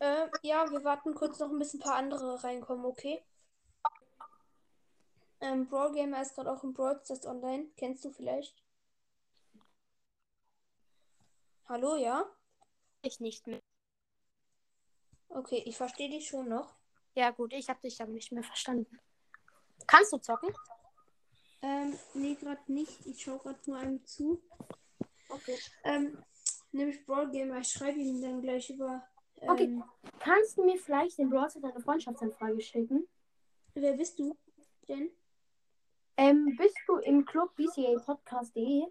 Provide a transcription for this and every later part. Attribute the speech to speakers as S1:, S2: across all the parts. S1: Ähm, Ja, wir warten kurz noch ein bisschen, ein paar andere reinkommen, okay? Ähm, Brawl Gamer ist gerade auch im Brawl Stars online. Kennst du vielleicht? Hallo, ja?
S2: Ich nicht mehr.
S1: Okay, ich verstehe dich schon noch.
S2: Ja, gut, ich habe dich aber nicht mehr verstanden. Kannst du zocken?
S1: Ähm, nee, gerade nicht. Ich schaue gerade nur einem zu.
S2: Okay.
S1: Ähm, nämlich Brawl Gamer. Ich schreibe ihm dann gleich über. Ähm,
S2: Okay. Kannst du mir vielleicht den Browser deine Freundschaftsanfrage schicken?
S1: Wer bist du denn?
S2: Ähm, bist du im Club bcapodcast.de?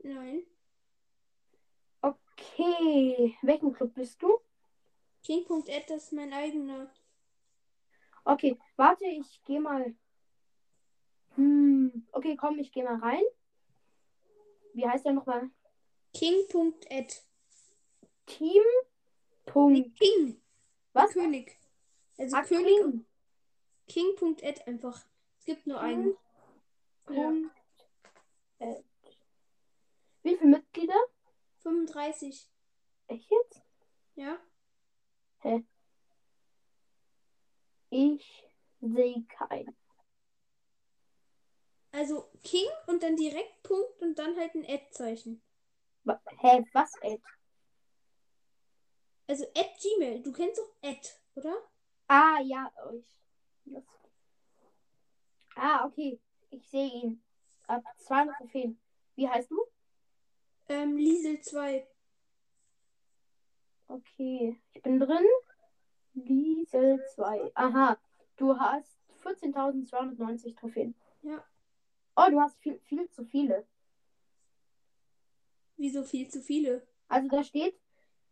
S1: Nein.
S2: Okay. Welchen Club bist du?
S1: King.ed, das ist mein eigener.
S2: Okay, warte, ich gehe mal. Hm, okay, komm, ich gehe mal rein. Wie heißt der nochmal?
S1: King.ed.
S2: Team. Punkt.
S1: King.
S2: Was?
S1: König. Also
S2: Ach,
S1: König und
S2: Kling.
S1: King.ed einfach. Es gibt nur einen.
S2: Punkt. Äh, Wie viele Mitglieder?
S1: 35.
S2: Ich jetzt?
S1: Ja?
S2: Ich sehe keinen.
S1: Also King und dann direkt Punkt und dann halt ein Ad-Zeichen.
S2: Wa- Hä, was, Äh, Ed?
S1: Also Ad Gmail. Du kennst doch Ad, oder?
S2: Ah, ja, oh, ich. Ah, okay. Ich sehe ihn. Ab 200 Trophäen. Wie heißt du?
S1: Ähm, Liesel 2.
S2: Okay, ich bin drin. Liesel 2. Aha, du hast 14.290 Trophäen.
S1: Ja.
S2: Oh, du hast viel, viel zu viele.
S1: Wieso viel zu viele?
S2: Also da steht,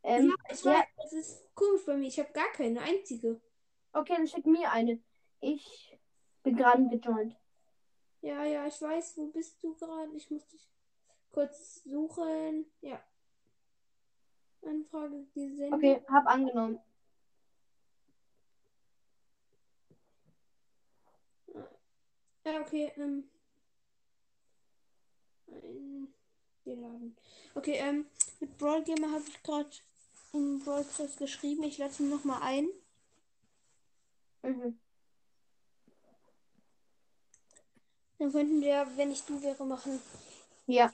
S2: ähm,
S1: ja, ich
S2: der-
S1: weiß, das ist komisch bei mir. Ich habe gar keine einzige.
S2: okay, dann schick mir eine. Ich bin gerade gejoint.
S1: Ja, ja, ich weiß, wo bist du gerade? Ich muss dich kurz suchen. Ja. Anfrage gesendet.
S2: Okay, hab angenommen.
S1: Ja, okay, ähm. Eingeladen. Okay, ähm, mit Brawl Gamer habe ich gerade in Brawl Stars geschrieben. Ich lasse ihn nochmal ein.
S2: Mhm.
S1: Dann könnten wir, wenn ich du wäre, machen.
S2: Ja.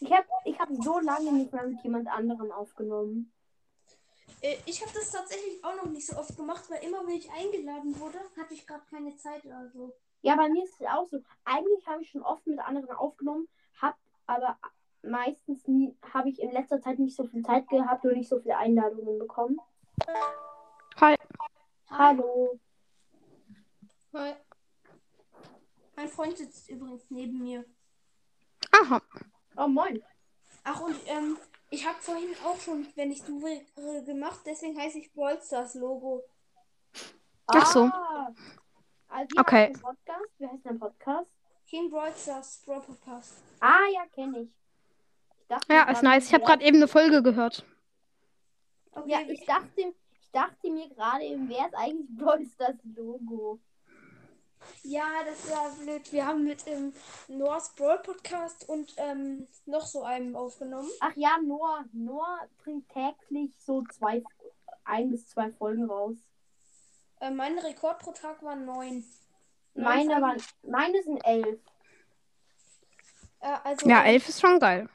S2: Ich habe ich hab so lange nicht mehr mit jemand anderem aufgenommen.
S1: Äh, ich habe das tatsächlich auch noch nicht so oft gemacht, weil immer, wenn ich eingeladen wurde, hatte ich gerade keine Zeit also. oder so.
S2: Ja, bei mir ist es auch so. Eigentlich habe ich schon oft mit anderen aufgenommen, hab aber meistens nie, habe ich in letzter Zeit nicht so viel Zeit gehabt und nicht so viele Einladungen bekommen. Hallo.
S1: Hi. Mein Freund sitzt übrigens neben mir.
S3: Aha.
S2: Oh, moin.
S1: Ach, und ähm, ich habe vorhin auch schon, wenn ich du wäre, gemacht, deswegen heiße ich Brawl Stars Logo.
S3: Ach so.
S2: Ah. Also, wie
S3: Okay.
S2: heißt dein Podcast? Wie heißt dein Podcast?
S1: King Brawl Stars Brawl Podcast.
S2: Ah, ja, kenne ich. ich dachte,
S3: Ja,
S2: das
S3: ist
S2: war-
S3: nice. Ich habe gerade eben eine Folge gehört.
S1: Okay,
S2: Ja, ich dachte, ich dachte mir gerade, wer ist eigentlich Brawl das Logo?
S1: ja, das war blöd. Wir haben mit ähm, Noahs Brawl Podcast und ähm, noch so einem aufgenommen.
S2: Ach ja, Noah. Noah bringt täglich so zwei, ein bis zwei Folgen raus.
S1: Äh, mein Rekord pro Tag waren neun. Neun
S2: Meine,
S1: Folgen.
S2: waren, meine sind elf.
S1: Äh, also,
S3: Ja, elf ist schon geil.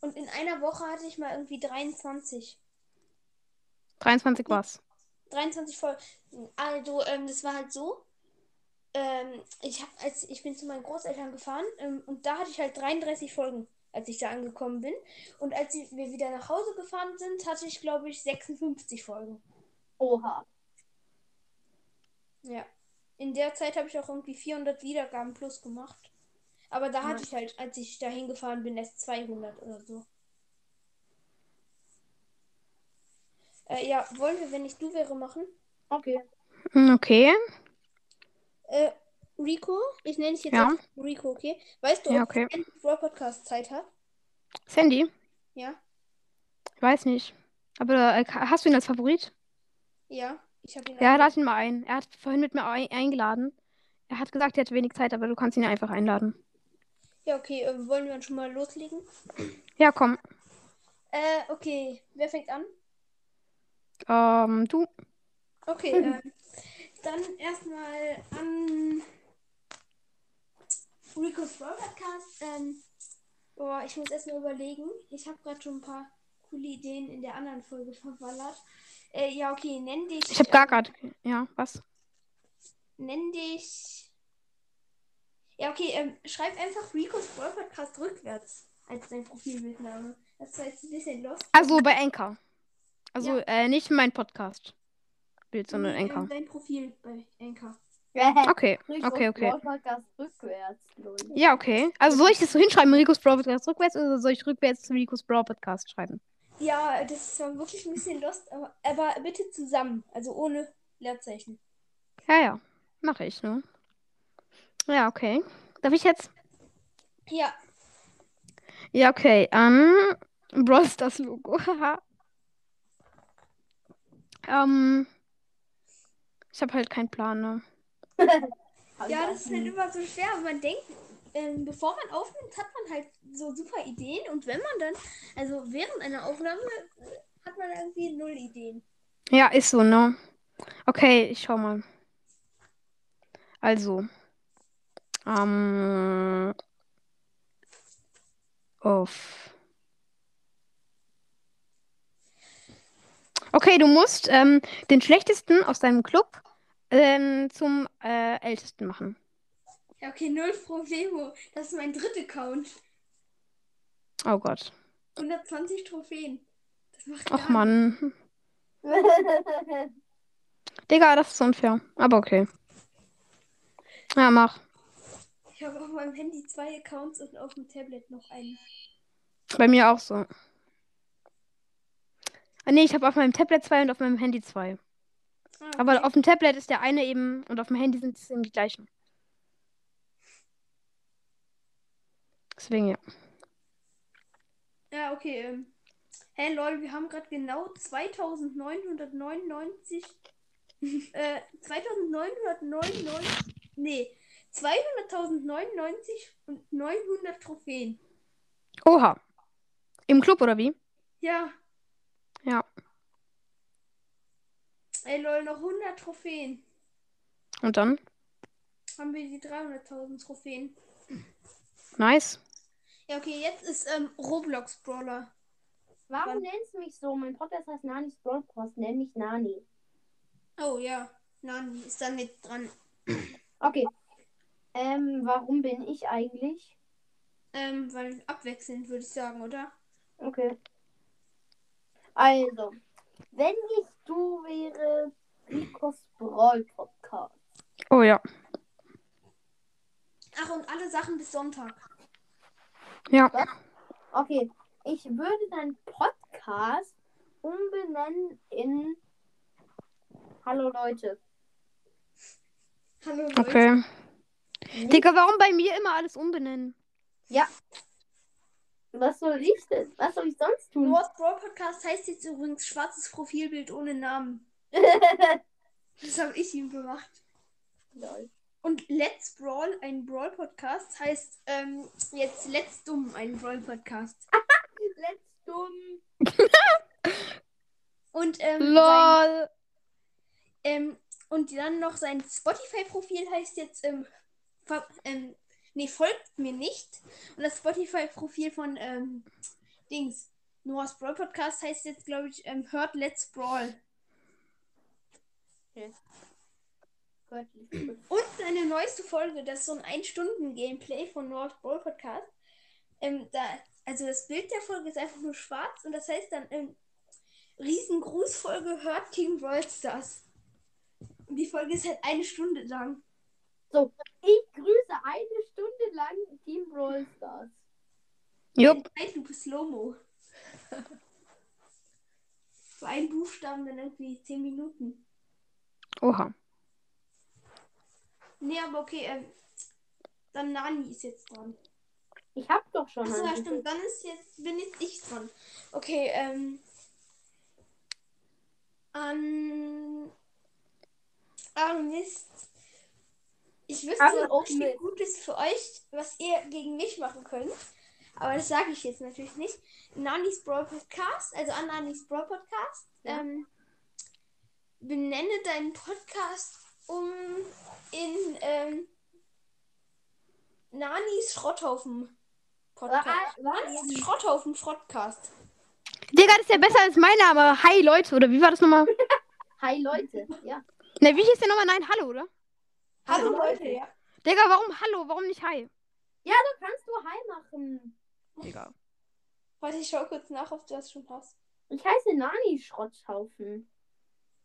S1: Und in einer Woche hatte ich mal irgendwie 23.
S3: 23 war's.
S1: 23 voll. Also, ähm, das war halt so. Ähm, ich hab, als ich bin zu meinen Großeltern gefahren ähm, und da hatte ich halt 33 Folgen, als ich da angekommen bin. Und als ich- wir wieder nach Hause gefahren sind, hatte ich, glaube ich, 56 Folgen.
S2: Oha.
S1: Ja. In der Zeit habe ich auch irgendwie 400 Wiedergaben plus gemacht. Aber da hatte ich halt, als ich da hingefahren bin, erst 200 oder so. Äh, ja, wollen wir, wenn ich du wäre, machen?
S2: Okay.
S3: Hm, Okay.
S1: Äh, Rico, ich nenne dich jetzt
S3: Ja.
S1: einfach Rico, okay? Weißt du, ob
S3: Ja, okay.
S1: ich endlich Brawl Podcast Zeit habe?
S3: Sandy?
S1: Ja.
S3: Ich weiß nicht. Aber äh, ka- hast du ihn als Favorit?
S1: Ja, ich habe ihn
S3: Ja,
S1: auch-
S3: lad ihn mal ein. Er hat vorhin mit mir ei- eingeladen. Er hat gesagt, er hat wenig Zeit, aber du kannst ihn ja einfach einladen.
S1: ja okay, äh, wollen wir dann schon mal loslegen?
S3: Ja, komm.
S1: Äh, okay. Wer fängt an?
S3: Ähm, du.
S1: Okay, äh, dann erstmal an Rico's Brawl Podcast. Ähm, boah, ich muss erstmal überlegen. Ich habe gerade schon ein paar coole Ideen in der anderen Folge verballert. Äh, ja, okay, nenn dich.
S3: Ich habe gar grad. Ja, was?
S1: Nenn dich. Ja, okay, ähm, schreib einfach Rico's Brawl Podcast rückwärts als dein Profilbildname. Das war jetzt ein bisschen los.
S3: Also bei Anchor. Also äh, nicht mein Podcast. Bild, sondern Anchor.
S1: Dein Profil bei Anchor.
S3: Okay,
S2: Rico's
S3: okay, okay.
S2: Brawl Podcast rückwärts, Leute.
S3: Ja, okay. Also soll ich das so hinschreiben, Ricos Brawl Podcast rückwärts oder soll ich rückwärts Ricos Brawl Podcast schreiben?
S1: Ja, das war wirklich ein bisschen lost, aber, aber bitte zusammen, also ohne Leerzeichen.
S3: Ja, ja. Mache ich, ne? Ja, okay. Darf ich jetzt?
S1: Ja,
S3: Ja, okay. Ähm, Brawl Stars Logo. haha. ähm, ich habe halt keinen Plan, ne?
S2: Hab ich
S1: ja,
S2: auch
S1: das ist halt
S2: nie.
S1: immer so schwer. aber Man denkt, ähm, bevor man aufnimmt, hat man halt so super Ideen und wenn man dann, also während einer Aufnahme, äh, hat man irgendwie null Ideen.
S3: Ja, ist so, ne? Okay, ich schau mal. Also. Ähm. Auf. Okay, du musst ähm, den schlechtesten aus deinem Club ähm, zum äh, ältesten machen.
S1: Ja, okay, null Problemo. Das ist mein dritter Count.
S3: Oh Gott.
S1: 120 Trophäen. Das macht
S3: Ach
S1: gar
S3: Mann. Digga, das ist unfair. Aber okay. Ja, mach.
S1: nichts. Ich habe auf meinem Handy zwei Accounts und auf dem Tablet noch einen.
S3: Bei mir auch so. Ah, nee, ich habe auf meinem Tablet zwei und auf meinem Handy zwei.
S1: Ah,
S3: Aber
S1: okay.
S3: auf dem Tablet ist der eine eben und auf dem Handy sind es eben die gleichen. Deswegen ja.
S1: Ja, okay. Ähm. Hey lol, wir haben gerade genau 2999 äh 2999 nee, 200.099 und 900 Trophäen.
S3: Oha. Im Club oder wie?
S1: Ja.
S3: Ja.
S1: Hey lol, noch 100 Trophäen.
S3: Und dann?
S1: Haben wir die 300.000 Trophäen.
S3: Nice.
S1: Ja, okay, jetzt ist ähm, Roblox Brawler.
S2: Warum nennst du mich so? Mein Podcast heißt Nanis Broadcast, nenn mich Nani.
S1: Oh ja, Nani ist dann nicht dran.
S2: Okay. Ähm, warum bin ich eigentlich?
S1: Ähm, weil abwechselnd würde ich sagen, oder?
S2: Okay. Also, wenn ich du wäre, Nikos Brawl Podcast.
S3: Oh ja.
S1: Ach, und alle Sachen bis Sonntag.
S3: Ja.
S2: Okay, ich würde deinen Podcast umbenennen in Hallo Leute.
S1: Hallo Leute.
S3: Okay. Digga, warum bei mir immer alles umbenennen?
S2: Was soll ich denn? Was soll ich sonst tun?
S1: Noahs Brawl Podcast heißt jetzt übrigens schwarzes Profilbild ohne Namen. Das habe ich ihm gemacht.
S2: Lol.
S1: Und Let's Brawl, ein Brawl Podcast, heißt ähm, jetzt Let's Dumm, ein Brawl Podcast.
S2: Let's dumm.
S1: Und, ähm, sein,
S3: LOL.
S1: ähm, und dann noch sein Spotify-Profil heißt jetzt, ähm, ver- ähm, nee, folgt mir nicht. Und das Spotify-Profil von ähm, Dings, Noahs Brawl Podcast, heißt jetzt, glaube ich, ähm, hört Let's Brawl.
S2: Göttlich.
S1: Und eine neueste Folge, das ist so ein 1-Stunden-Gameplay von Nord Brawl Podcast. Ähm, da, also das Bild der Folge ist einfach nur schwarz und das heißt dann ähm, Riesengrußfolge hört Team Brawl Stars. Und die Folge ist halt eine Stunde lang.
S2: Ich grüße eine Stunde lang Team Brawl Stars.
S3: Jupp.
S1: In Zeitlupe Slow-Mo. so ein Buchstaben, dann irgendwie 10 Minuten.
S3: Oha.
S1: Nee, aber okay, ähm, dann Nani ist jetzt dran.
S2: Ich hab doch schon.
S1: Achso, ja,
S2: einen.
S1: stimmt. Dann ist jetzt, bin jetzt ich dran. Okay, ähm. An. Ah, Mist. Ich wüsste
S2: An
S1: was
S2: und
S1: richtig
S2: mit.
S1: Gutes für euch, was ihr gegen mich machen könnt. Aber das sage ich jetzt natürlich nicht. Nanis Brawl Podcast, also an Nanis Brawl Podcast.
S2: Ja.
S1: Ähm, benenne deinen Podcast um in ähm, Nanis Schrotthaufen
S2: ah,
S1: Podcast. Nanis Schrotthaufen Podcast.
S3: Digga, das ist ja besser als mein Name. Hi Leute, oder wie war das nochmal?
S2: Hi Leute, ja.
S3: Ne, wie hieß der nochmal? Nein, hallo, oder?
S1: Hallo Leute, ja.
S3: Digga, warum hallo? Warum nicht hi?
S2: Ja, da kannst du Hi machen.
S3: Digga.
S1: Warte, ich schau kurz nach, ob du das schon hast.
S2: Ich heiße Nani Schrotthaufen.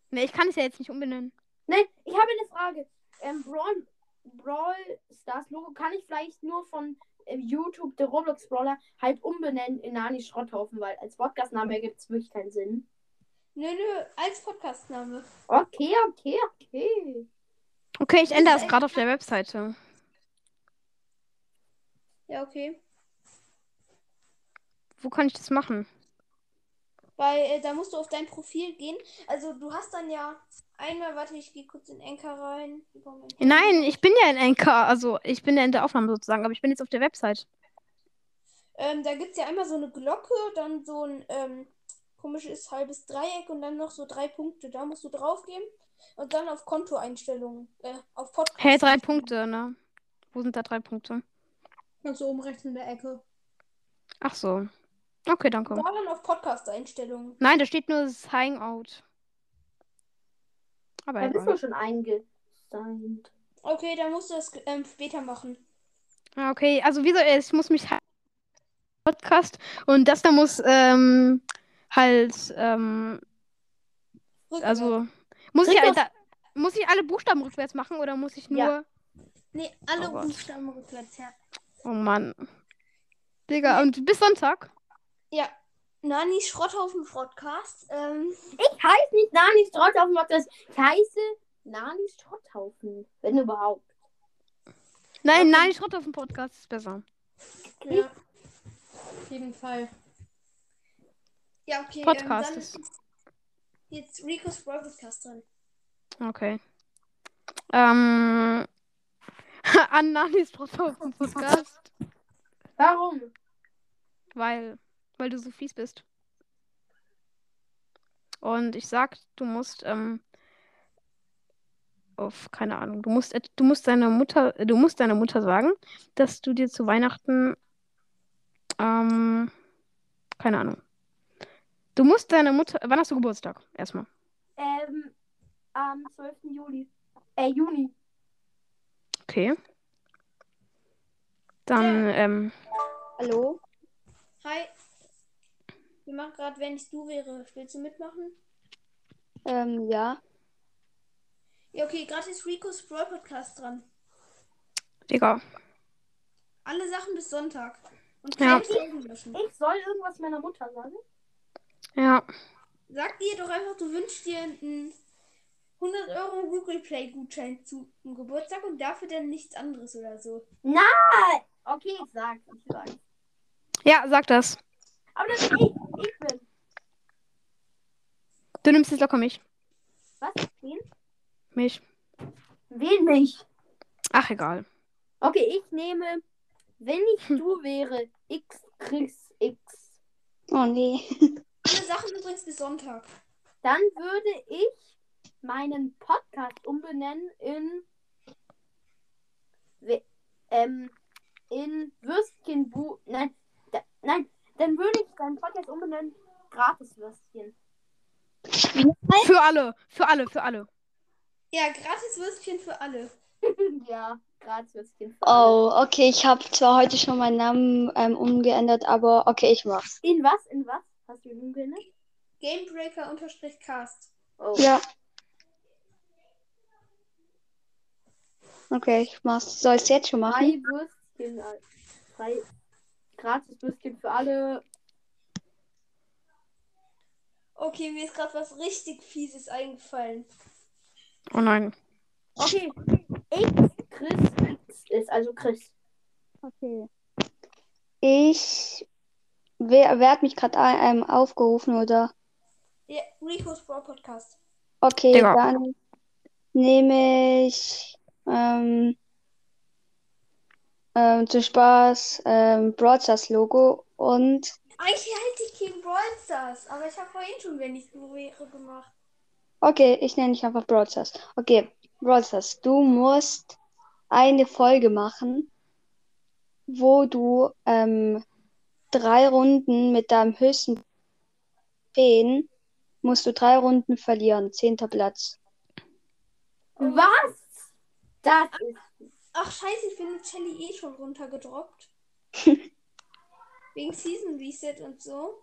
S3: Ne, ich kann es ja jetzt nicht umbenennen.
S2: Nein, Ne, ich habe eine Frage. Ähm, Brawl, Brawl Stars Logo kann ich vielleicht nur von äh, YouTube, der Roblox Brawler, halt umbenennen in Nani Schrotthaufen, weil als Podcast-Name ergibt es wirklich keinen Sinn.
S1: Nö, nö, als Podcastname.
S2: Okay, okay, okay.
S3: Okay, ich ändere es gerade auf der Webseite.
S1: Ja, okay.
S3: Wo kann ich das machen?
S1: Weil äh, da musst du auf dein Profil gehen. Also du hast dann ja einmal, warte, ich gehe kurz in Enker rein. Über mein Handy.
S3: Nein, ich bin ja in Anchor, also ich bin ja in der Aufnahme sozusagen, aber ich bin jetzt auf der Website.
S1: Ähm, da gibt es ja einmal so eine Glocke, dann so ein ähm, komisches halbes Dreieck und dann noch so drei Punkte. Da musst du drauf gehen und dann auf Kontoeinstellungen. Äh, auf Podcast.
S3: Hey, drei Punkte, ne? Wo sind da drei Punkte?
S1: Ganz so oben rechts in der Ecke.
S3: Ach so. Okay, danke.
S1: Da dann auf Podcast-Einstellungen.
S3: Nein, da steht nur das Hangout. Aber
S2: Da bist du
S3: egal.
S2: schon eingesigned.
S1: Okay, dann musst du das ähm, später machen.
S3: Ah, Okay, also wie soll ich muss mich halt- Podcast und das da muss ähm, halt ähm,
S1: Rückwärts.
S3: also muss ich
S2: Rückwärts.
S3: halt, da, muss ich alle Buchstaben rückwärts machen oder muss ich nur
S2: Ja.
S1: Nee, alle
S3: Oh Gott.
S1: Buchstaben rückwärts her.
S3: Oh Mann. Digga, und bis Sonntag?
S1: Ja. Nani Schrotthaufen Podcast. Ähm,
S2: Ich heiße nicht Nani Schrotthaufen, Matthias. Ich heiße Nani Schrotthaufen, wenn überhaupt.
S3: Nein, nein, ich schreibe auf den Podcast, ist besser.
S1: ja. Auf jeden Fall. Ja, okay.
S3: Podcast
S1: ähm, dann
S3: ist-
S1: Jetzt Ricos Brawl Podcast dran.
S3: Okay. Ähm. An Nanis Podcast.
S2: Warum?
S3: Weil. Weil du so fies bist. Und ich sag, du musst, ähm. Auf, keine Ahnung. Du musst, et- du musst deiner Mutter, du musst deiner Mutter sagen, dass du dir zu Weihnachten, ähm, keine Ahnung. Du musst deiner Mutter, wann hast du Geburtstag? Erstmal.
S2: Ähm, am 12. Juli. Äh, Juni.
S3: Okay. Dann, ähm,
S2: Hallo?
S1: Hi. Wir machen gerade, wenn ich du wäre. Willst du mitmachen?
S2: Ähm, ja.
S1: Ja, okay. Gerade ist Ricos Brawl Podcast dran.
S3: Digga.
S1: Alle Sachen bis Sonntag. Und
S3: Ja.
S1: keine Folgen löschen.
S2: Ich soll irgendwas meiner Mutter sagen?
S3: Ja.
S1: Sag dir doch einfach, du wünschst dir einen 100 Euro Google Play Gutschein zum Geburtstag und dafür dann nichts anderes oder so.
S2: Okay, ich sag. Ich sag.
S3: Ja, sag das.
S2: Aber das ich, ich bin.
S3: Du nimmst jetzt locker mich.
S2: Was? Wen?
S3: Mich.
S2: Wen nicht?
S3: Ach, egal.
S2: Okay, ich nehme, wenn ich
S4: Hm.
S2: du wäre, X Chris X.
S4: Oh nee.
S1: Alle Sachen übrigens bis Sonntag.
S2: Dann würde ich meinen Podcast umbenennen in We- ähm, in Würstchenbu. Nein, da, nein, dann würde ich deinen Podcast umbenennen Gratiswürstchen.
S3: Für alle. Für alle. Für alle.
S1: Ja, gratis Würstchen für alle.
S2: ja, Gratiswürstchen.
S4: Oh, okay. Ich habe zwar heute schon meinen Namen ähm, umgeändert, aber okay, ich mach's.
S2: In was? In was? Hast du ihn umgeändert?
S1: Gamebreaker-Cast.
S2: Oh.
S4: Ja. Okay, ich mach's. Soll ich's jetzt schon machen?
S2: Drei Würstchen. äh, Drei Gratiswürstchen für alle.
S1: Okay, mir ist gerade was richtig Fieses eingefallen.
S3: Oh nein.
S2: Okay. X Chris X ist also Chris.
S4: Okay. Ich. Wer, wer hat mich gerade ähm, aufgerufen, oder?
S1: Ja, Rico's Brawl Podcast.
S4: Okay,
S3: Digga.
S4: dann nehme ich. Ähm, ähm, zu Spaß ähm, Broadstars Logo und
S1: Eigentlich halte ich gegen Brawl Stars, aber ich habe vorhin schon wenn ich so wäre gemacht.
S4: okay, ich nenne dich einfach Broadstars. Okay, Broadstars, du musst eine Folge machen, wo du ähm, drei Runden mit deinem höchsten Feen musst du drei Runden verlieren, zehnter Platz.
S2: Was? Das ist.
S1: Ach scheiße, ich bin mit Shelly eh schon runtergedroppt. Wegen Season Reset und so.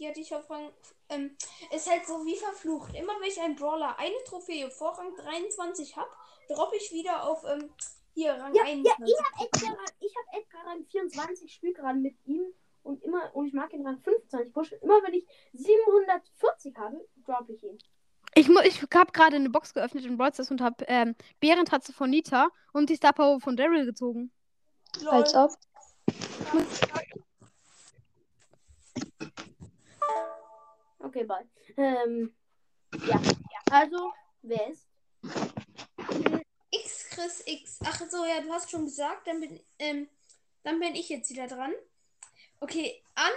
S1: Die hatte ich auf Rang. Ähm, ist halt so wie verflucht. Immer wenn ich einen Brawler eine Trophäe vor Rang 23 habe, droppe ich wieder auf ähm, hier Rang
S2: Ja, ja,
S1: 21.
S2: Edgar, ich habe Edgar Rang 24, spiele gerade mit ihm und immer und ich mag ihn Rang 25 pushen. Immer wenn ich 740 habe, droppe ich ihn.
S3: Ich, mu- ich habe gerade eine Box geöffnet in Brawl Stars und habe ähm, Bärentatze von Nita und die Star Power von Daryl gezogen.
S1: Lol.
S4: Als ob.
S2: Okay, bye. Ähm, ja, ja. Also, wer ist?
S1: X Chris X. Ach so, ja, du hast schon gesagt, dann bin, ähm, dann bin ich jetzt wieder dran. Okay, an.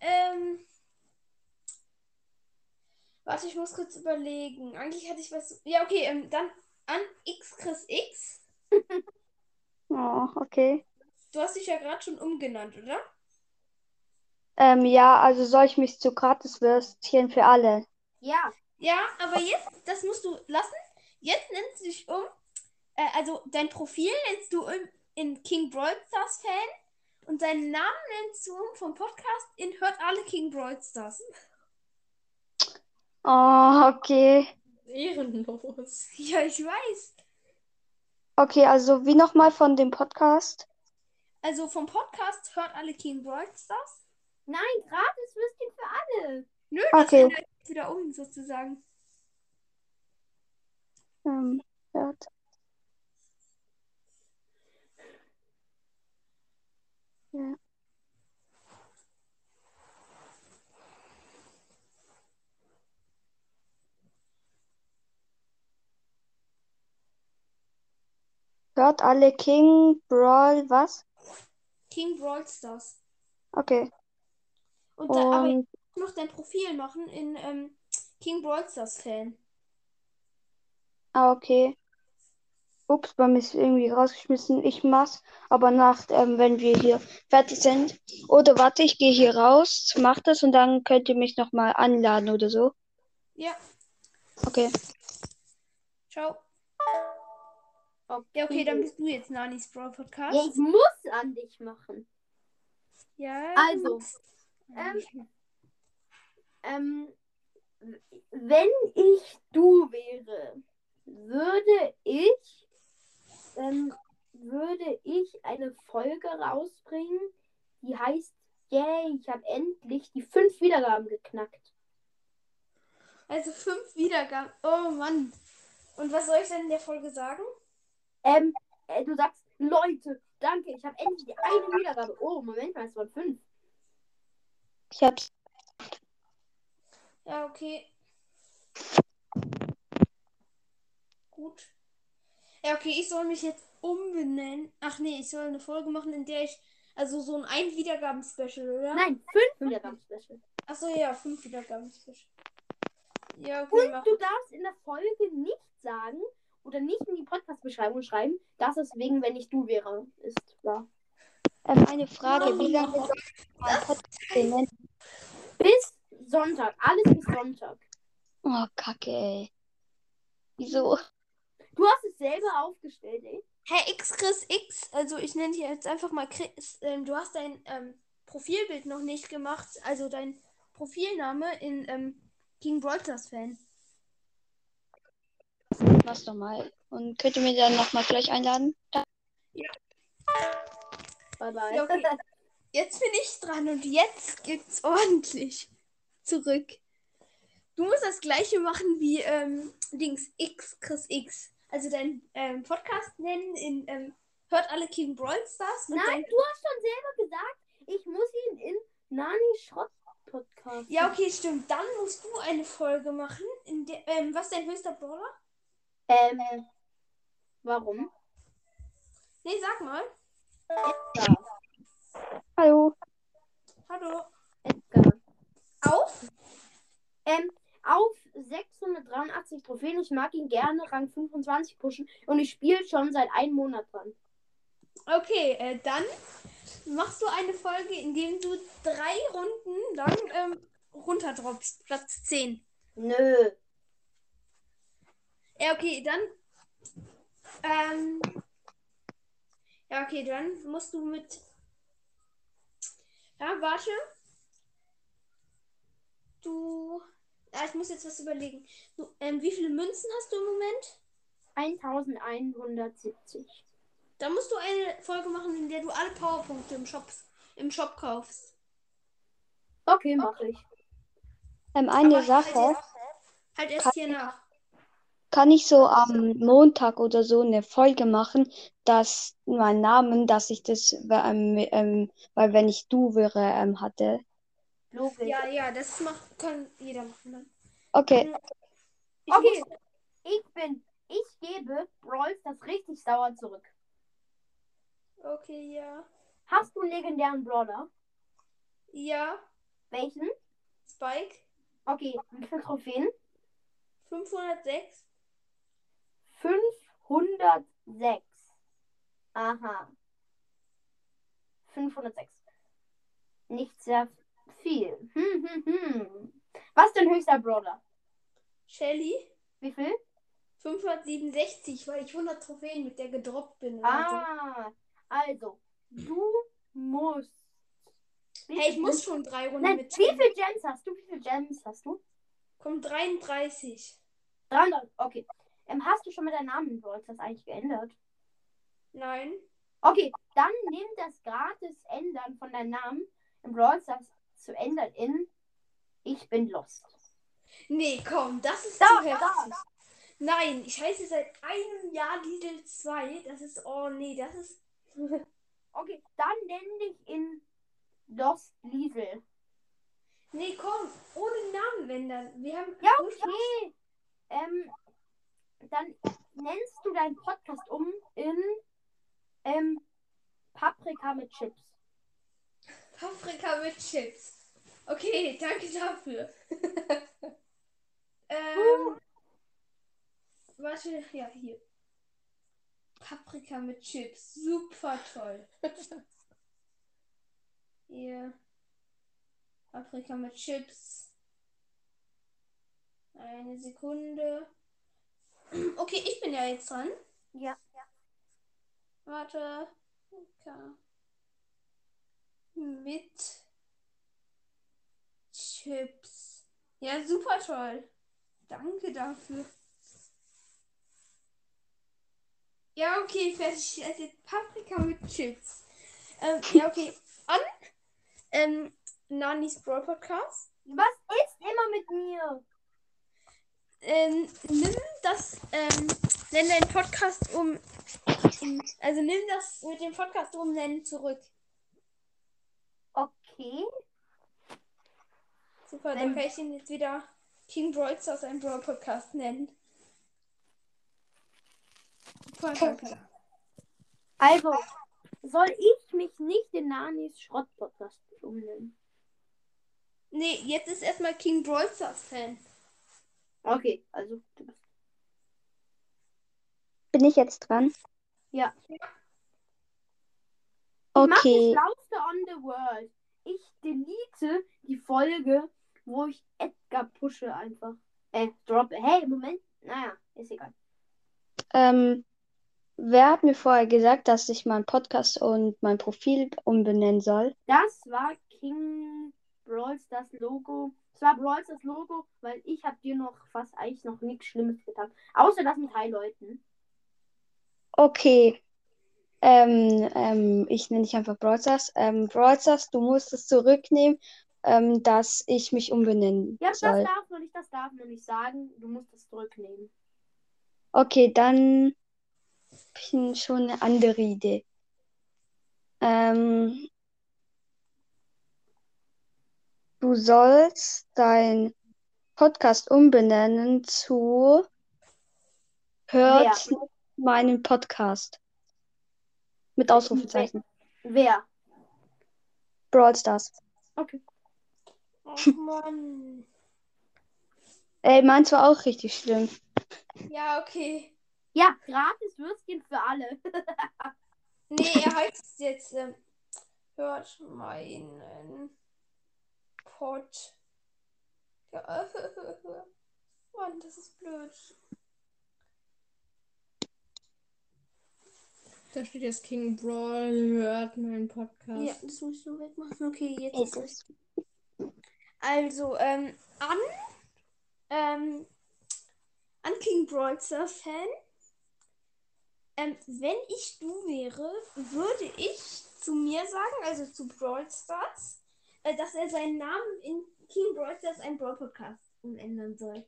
S1: Ähm, warte, ich muss kurz überlegen. Eigentlich hatte ich was. Ja, okay, ähm, dann an X Chris X.
S4: Oh, okay.
S1: Du hast dich ja gerade schon umgenannt, oder?
S4: Ähm, ja, also soll ich mich zu Gratiswürstchen für alle?
S2: Ja.
S1: Ja, aber jetzt, das musst du lassen. Jetzt nennst du dich um. Äh, also dein Profil nennst du um in King Brawl Stars Fan und deinen Namen nennst du um vom Podcast in Hört alle King Brawl Stars.
S4: Oh, okay.
S1: Ehrenlos. Ja, ich weiß.
S4: Okay, also wie nochmal von dem Podcast?
S1: Also vom Podcast Hört alle King Brawl Stars.
S2: Nein, gratis Würstchen für alle.
S1: Nö, das
S4: Okay.
S1: ändert jetzt wieder um sozusagen.
S4: Ähm, warte. Ja. Hört alle King, Brawl, was?
S1: King Brawl Stars.
S4: Okay.
S1: Und da,
S2: Ähm.
S1: aber
S4: Und
S1: jetzt noch dein Profil machen in ähm, King Brawl Stars Fan.
S4: Ah, okay. Ups, bei mir ist irgendwie rausgeschmissen. Ich mach's aber nach, ähm, wenn wir hier fertig sind. Oder warte, ich gehe hier raus, mach das und dann könnt ihr mich nochmal anladen oder so.
S1: Ja,
S4: Okay.
S1: ciao.
S2: Okay.
S1: Ja, okay, dann bist du jetzt Nanis Brawl Podcast.
S2: Ja, ich muss an dich machen.
S1: Ja.
S2: Also,
S1: Ähm,
S2: Ähm, wenn ich du wäre, würde ich, ähm, würde ich eine Folge rausbringen, die heißt Yay, ich habe endlich die fünf Wiedergaben geknackt.
S1: also fünf Wiedergaben. Oh Mann. Und was soll ich denn in der Folge sagen?
S2: Ähm, äh, du sagst, Leute, danke, ich habe endlich die eine Wiedergabe. Oh, Moment mal, es waren fünf.
S4: Ich hab's.
S1: Ja, okay. Gut. Ja, okay, ich soll mich jetzt umbenennen. Ach nee, ich soll eine Folge machen, in der ich. Also so ein Ein-Wiedergaben-Special, oder?
S2: Nein, fünf Wiedergaben-Special.
S1: Achso, ja, fünf Wiedergaben-Special. Ja, okay,
S2: Und
S1: mach.
S2: du darfst in der Folge nicht sagen oder nicht in die Podcast-Beschreibung schreiben, dass es wegen, wenn ich du wäre, ist. War.
S4: Ähm, eine Frage, wie lange soll ich meinen Podcast denn nennen?
S2: Bis Sonntag. Alles bis Sonntag.
S4: Oh, Kacke, ey. Wieso?
S2: Du hast es selber aufgestellt, ey.
S1: Hey, X Chris X, also ich nenne dich jetzt einfach mal Chris. Ähm, du hast dein ähm, Profilbild noch nicht gemacht, also dein Profilname in ähm, King Brawl Stars Fan.
S4: Mach's nochmal. Und könnt ihr mir dann nochmal gleich einladen?
S2: Bye bye.
S1: Ja, okay. Jetzt bin ich dran und jetzt gibt's ordentlich zurück. Du musst das gleiche machen wie ähm, Dings X Chris X. Also deinen ähm, Podcast nennen in ähm, Hört alle King Brawl Stars. und
S2: Nein,
S1: dein-
S2: du hast schon selber gesagt, ich muss ihn in Nani Schrott Podcast.
S1: Ja, okay, stimmt. Dann musst du eine Folge machen, in der. Ähm, was ist dein höchster Brawler?
S2: Ähm. Warum?
S1: Nee, sag mal.
S4: Hallo.
S1: Hallo.
S2: Edgar.
S1: Auf?
S2: Ähm, auf 683 Trophäen. Ich mag ihn gerne Rang 25 pushen. Und ich spiele schon seit einem Monat dran.
S1: Okay, äh, dann machst du eine Folge, in dem du drei Runden lang ähm, runterdroppst. Platz 10.
S2: Nö.
S1: Ja, okay, dann. Ähm, ja, okay, dann musst du mit. Ja, warte. Du. Ah, ich muss jetzt was überlegen. Du, ähm, wie viele Münzen hast du im Moment?
S2: 1170.
S1: Da musst du eine Folge machen, in der du alle Powerpunkte im Shop, im Shop kaufst.
S2: Okay, mache ich.
S4: Ähm, eine
S1: Aber
S4: Sache.
S1: Halt erst, halt erst hier nach.
S4: Kann ich so am Montag oder so eine Folge machen, dass mein Namen, dass ich das, ähm, ähm, weil wenn ich du wäre, ähm, hatte.
S2: Logisch.
S1: Ja, ja, das macht, kann jeder machen. Dann.
S4: Okay,
S1: Ich
S2: Okay.
S1: Muss,
S2: Ich bin. Ich gebe Rolf das richtig sauer zurück.
S1: okay, ja.
S2: Hast du einen legendären Brawler?
S1: Ja,
S2: Welchen?
S1: Spike.
S2: Okay, wie viele Trophäen?
S1: 506.
S2: 506. Aha. 506. Nicht sehr viel. Hm, hm, hm. Was denn höchster Brawler?
S1: Shelly.
S2: Wie viel?
S1: 567, weil ich 100 Trophäen mit der gedroppt bin. oder
S2: Ah, also, du musst.
S1: so. Hey, ich muss schon drei Runden
S2: Nein,
S1: mit.
S2: wie viele Gems hast du? Wie viele Gems hast du?
S1: Komm, 33.
S2: 300. Okay. Ähm, hast du schon mal deinen Namen in Brawl Stars eigentlich geändert?
S1: Nein.
S2: Okay, dann nimm das gratis Ändern von deinem Namen im Brawl Stars zu ändern in Ich bin lost.
S1: Nee, komm, das ist
S2: Da,
S1: zu
S2: da.
S1: heftig. Nein, ich heiße seit einem Jahr Lidl 2. Das ist, oh nee, das ist.
S2: Okay, dann nenn dich in Lost Liesel.
S1: Nee, komm, ohne Namen, wenn dann. Wir haben.
S2: Ja, okay. Ähm, dann nennst du deinen Podcast um in ähm, Paprika mit Chips.
S1: Paprika mit Chips. Okay, danke dafür. ähm, warte, ja, hier. Paprika mit Chips. Super toll. hier. Paprika mit Chips. Eine Sekunde. Okay, ich bin ja jetzt dran.
S2: Ja.
S1: Warte. Paprika Mit Chips. Ja, super toll. Danke dafür. Ja, okay, fertig. Also jetzt Paprika mit Chips. Ähm, ja, okay. An ähm, Nanis Brawl Podcast.
S2: Was ist immer mit mir?
S1: ähm, nimm das, ähm, nenn deinen Podcast um, um, also nimm das mit dem Podcast umnennen zurück.
S2: Okay.
S1: Super, dann
S2: Ähm.
S1: kann ich ihn jetzt wieder King Broids aus einem Brawl Podcast nennen. Super, danke.
S2: Also, soll ich mich nicht in Nanis Schrottpodcast umnennen?
S1: Nee, jetzt ist erstmal King Brawl Stars Fan.
S2: Okay, also du bist.
S4: bin ich jetzt dran?
S2: Ja. Mach die
S4: Okay,
S2: schlauste on the world. Ich delete die Folge, wo ich Edgar pushe einfach. Äh, droppe. Hey, Moment. Naja, ist egal.
S4: ähm, wer hat mir vorher gesagt, dass ich meinen Podcast und mein Profil umbenennen soll?
S2: Das war King Brawls das Logo. Es war Brawls das Logo, weil ich hab dir noch fast eigentlich noch nichts Schlimmes getan. Außer das mit High-Leuten.
S4: Okay. Ähm, ähm, ich nenne dich einfach Brawl Stars. Ähm, Brawl Stars, du musst es zurücknehmen, ähm, dass ich mich umbenennen
S2: Ja, das
S4: soll.
S2: darf man nicht, das darf man nicht sagen. Du musst das zurücknehmen.
S4: Okay, dann hab ich n- schon eine andere Idee. Ähm, du sollst deinen Podcast umbenennen zu Hört meinen Podcast. Mit Ausrufezeichen.
S2: Wer?
S4: Brawl Stars.
S2: Okay.
S1: Ach Oh Mann.
S4: Ey, meins war auch richtig schlimm.
S1: Ja, okay.
S2: Ja, gratis Würstchen für alle.
S1: Nee, er heißt jetzt. Ähm, hört meinen Pod. Ja. Mann, das ist blöd.
S5: Da steht jetzt King Brawl, hört meinen Podcast.
S1: Ja, das musst du wegmachen. Okay, jetzt
S4: Ey,
S1: ist es. Also, ähm, an, ähm, an King Brawlster Fan. Ähm, wenn ich du wäre, würde ich zu mir sagen, also zu Brawl Stars, äh, dass er seinen Namen in King Brawl Stars ein Brawl Podcast umändern soll.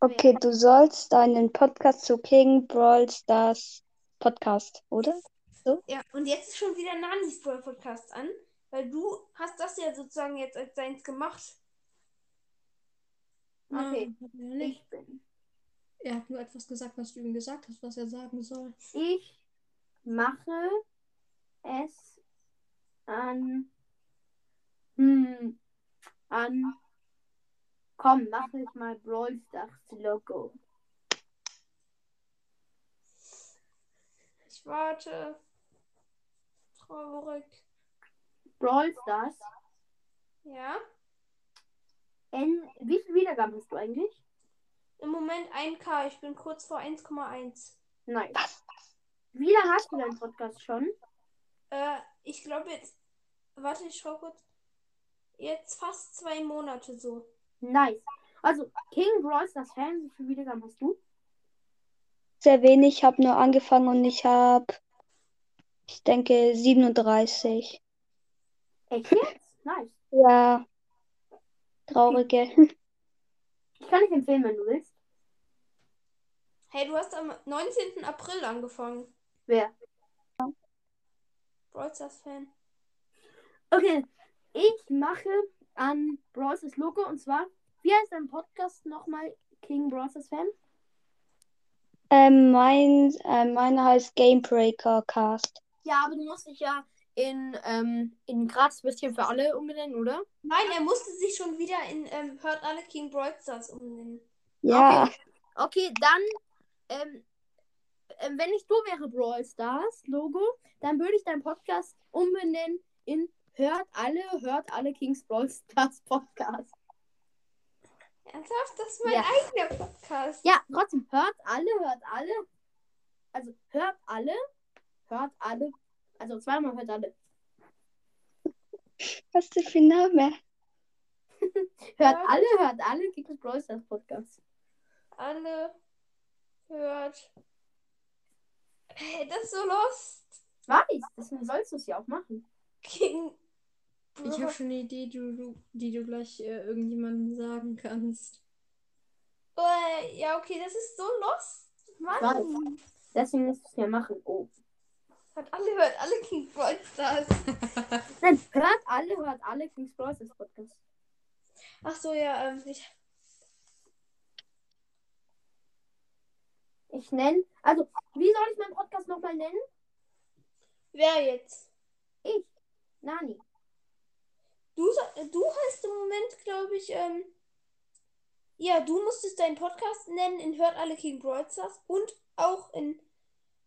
S4: Okay, du sollst deinen Podcast zu King Brawl Stars Podcast, oder?
S1: Ja, und jetzt ist schon wieder Nanis Brawl Podcast an, weil du hast das ja sozusagen jetzt als seins gemacht.
S2: Okay.
S5: Nein, hat er Ähm, nicht.
S2: Ich bin.
S5: Er hat nur etwas gesagt, was du ihm gesagt hast, was er sagen soll.
S2: Ich mache es an. Hm. An. Komm, mache ich mal Brawl Stars Logo.
S1: Ich warte. Traurig.
S2: Brawl Stars.
S1: Ja.
S2: N. Wie viele Wiedergaben hast du eigentlich?
S1: Im Moment 1K. Ich bin kurz vor 1,1.
S2: Nein. Wie lange hast du deinen Podcast schon?
S1: Äh, ich glaube jetzt. Warte, ich schau kurz. Jetzt fast zwei Monate so.
S2: Nice. Also, King Brawl Stars Fan, wie viele Wiedergaben hast du?
S4: Sehr wenig, ich habe nur angefangen und ich habe, ich denke, 37.
S2: Echt jetzt? Nice.
S4: Ja, traurige.
S2: Ich kann dich empfehlen, wenn du willst.
S1: Hey, du hast am 19. April angefangen.
S2: Wer?
S1: Brawl Stars Fan.
S2: Okay. Ich mache an Brawl Stars Logo und zwar, wie heißt dein Podcast nochmal? King Brawl Stars Fan?
S4: Ähm, mein, äh, meiner heißt Gamebreaker Cast.
S6: Ja, aber du musst dich ja in, ähm, in Graz bisschen für alle umbenennen, oder?
S1: Nein, er musste sich schon wieder in ähm, Hört alle King Brawl Stars umnennen.
S4: Ja,
S6: Okay, dann, ähm, ähm, wenn ich du wäre, Brawl Stars Logo,
S2: Dann würde ich deinen Podcast umbenennen in Hört alle, hört alle Kings Brawl Stars Podcast.
S1: Ernsthaft? Das ist mein
S2: Ja.
S1: eigener Podcast.
S2: Ja, trotzdem, hört alle, hört alle. Also, hört alle, hört alle. Also, zweimal hört alle.
S4: was ist das für ein Name?
S2: Hört alle, hört alle Kings Brawl Stars Podcast.
S1: Alle hört. Hey, das ist so los.
S2: Ich weiß, deswegen sollst du es ja auch machen.
S1: King
S5: Ich habe schon eine Idee, die du, die du gleich äh, irgendjemandem sagen kannst.
S1: Äh, ja, okay, das ist so lost.
S2: Ich
S1: Mann,
S2: weiß. Deswegen musst du es ja machen. Oh.
S1: hat alle hört, alle King Brawl Stars.
S2: Nein, hört alle, hört alle Kings Brawl Stars Podcast.
S1: Ach so, ja, ähm, ich,
S2: Ich nenne, also, wie soll ich meinen Podcast nochmal nennen?
S1: wer jetzt?
S2: Ich. Nani.
S1: Du, so- du hast im Moment, glaube ich, ähm, ja, du musstest deinen Podcast nennen in Hört alle King Brawl Stars und auch in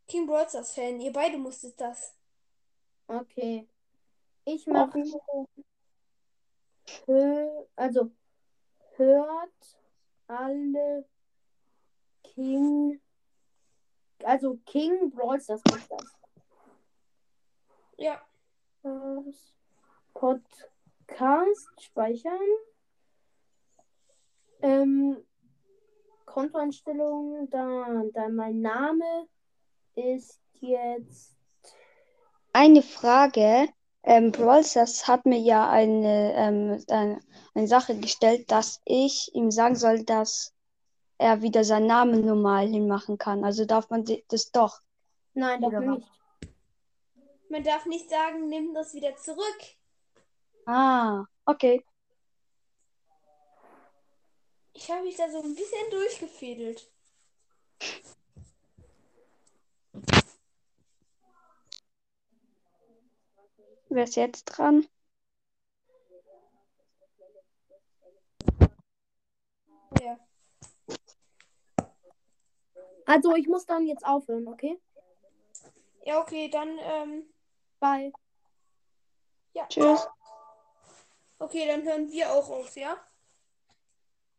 S1: King Brawl Stars Fan. Ihr beide musstet das.
S2: Okay. Ich mache. Hö- Also, hört alle King. Also, King Brawl Stars Podcast.
S1: Ja.
S2: Podcast Podcast speichern. Ähm, Kontoeinstellungen, dann, dann mein Name ist jetzt.
S4: Eine Frage. Ähm, Brawl Stars hat mir ja eine, ähm, eine, eine Sache gestellt, dass ich ihm sagen soll, dass er wieder seinen Namen normal hinmachen kann. Also darf man si- das doch.
S2: Nein, doch
S4: Oder was?
S2: nicht.
S1: Man darf nicht sagen, nimm das wieder zurück.
S4: Ah, okay.
S1: Ich habe mich da so ein bisschen durchgefädelt.
S4: Wer ist jetzt dran?
S1: Ja.
S2: Also ich muss dann jetzt aufhören, okay?
S1: Ja, okay, dann, ähm,
S2: Bye.
S1: ja.
S4: Tschüss.
S1: Okay, dann hören wir auch auf, ja?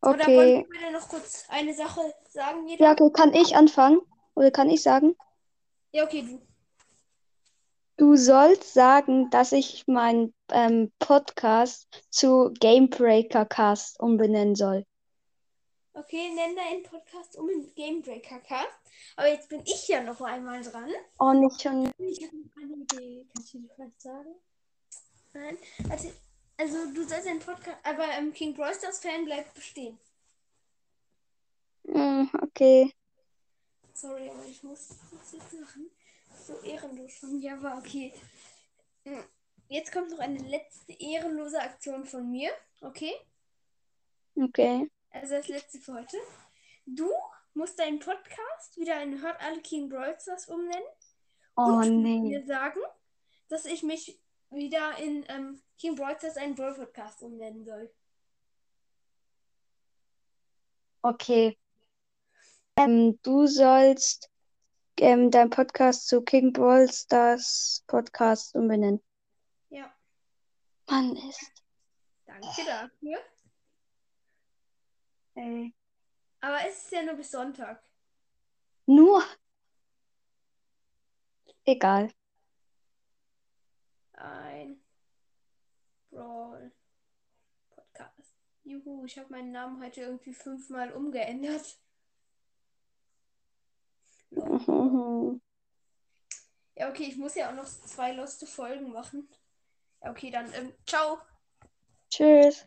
S1: Oder
S4: Okay.
S1: wollen wir beide noch kurz eine Sache sagen? Jeder?
S4: Ja, okay. Kann ich anfangen? Oder kann ich sagen?
S1: Ja, okay, du.
S4: Du sollst sagen, dass ich meinen ähm, Podcast zu Gamebreaker Cast umbenennen soll.
S1: Okay, nenn deinen Podcast um in Gamebreaker Cast. Aber jetzt bin ich ja noch einmal dran.
S4: Oh, nicht schon.
S1: Ich habe noch eine Idee. Kannst du die vielleicht sagen? Nein. Also, also du sollst deinen Podcast, aber ähm, King Brawlstars Fan bleibt bestehen.
S4: Hm, okay.
S1: Sorry, aber ich muss das jetzt machen. So ehrenlos von mir, aber okay. Hm, Jetzt kommt noch eine letzte ehrenlose Aktion von mir. Okay?
S4: Okay.
S1: Also das letzte für heute. Du musst deinen Podcast wieder in Hört alle King Brawlstars umnennen.
S4: Oh,
S1: und
S4: nee.
S1: mir sagen, dass ich mich wieder in ähm, King Brawlstars einen Brawl Podcast umnennen soll.
S4: Okay. Ähm, du sollst ähm, deinen Podcast zu King Brawl Stars Podcast umbenennen.
S1: Ja.
S4: Mann, ist.
S1: Danke dafür.
S4: Ey.
S1: Aber es ist ja nur bis Sonntag.
S4: Nur. Egal.
S1: Ein Brawl Podcast. Juhu, ich habe meinen Namen heute irgendwie fünfmal umgeändert.
S4: Mhm.
S1: Ja, okay, ich muss ja auch noch zwei loste Folgen machen. Ja, okay, dann ähm, ciao.
S4: Tschüss.